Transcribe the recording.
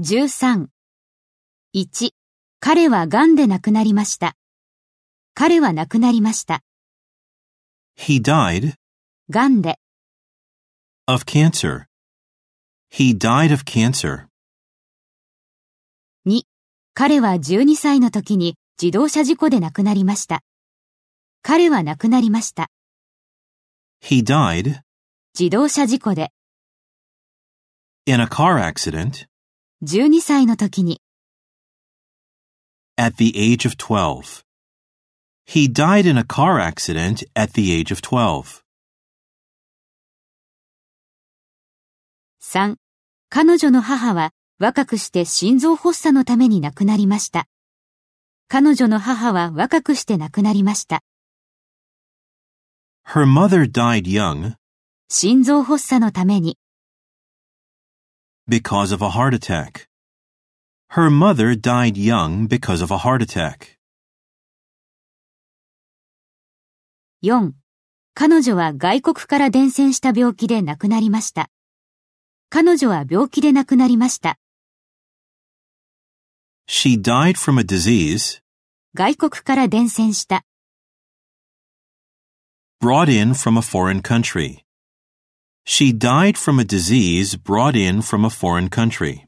13。1. 彼は癌で亡くなりました。彼は亡くなりました。 He died 癌で。 of cancer. He died of cancer. 2. 彼は12歳の時に自動車事故で亡くなりました。彼は亡くなりました。 He died 自動車事故で。 in a car accident 12歳の時に。 at the age of 12. He died in a car accident at the age of 12. 3. 彼女の母は若くして心臓発作のために亡くなりました。彼女の母は若くして亡くなりました。 Her mother died young 心臓発作のために。 because of a heart attack. Her mother died young because of a heart attack. 4. 彼女は外国から伝染した病気で亡くなりました。彼女は病気で亡くなりました。 She died from a disease 外国から伝染した。 brought in from a foreign country. She died from a disease brought in from a foreign country.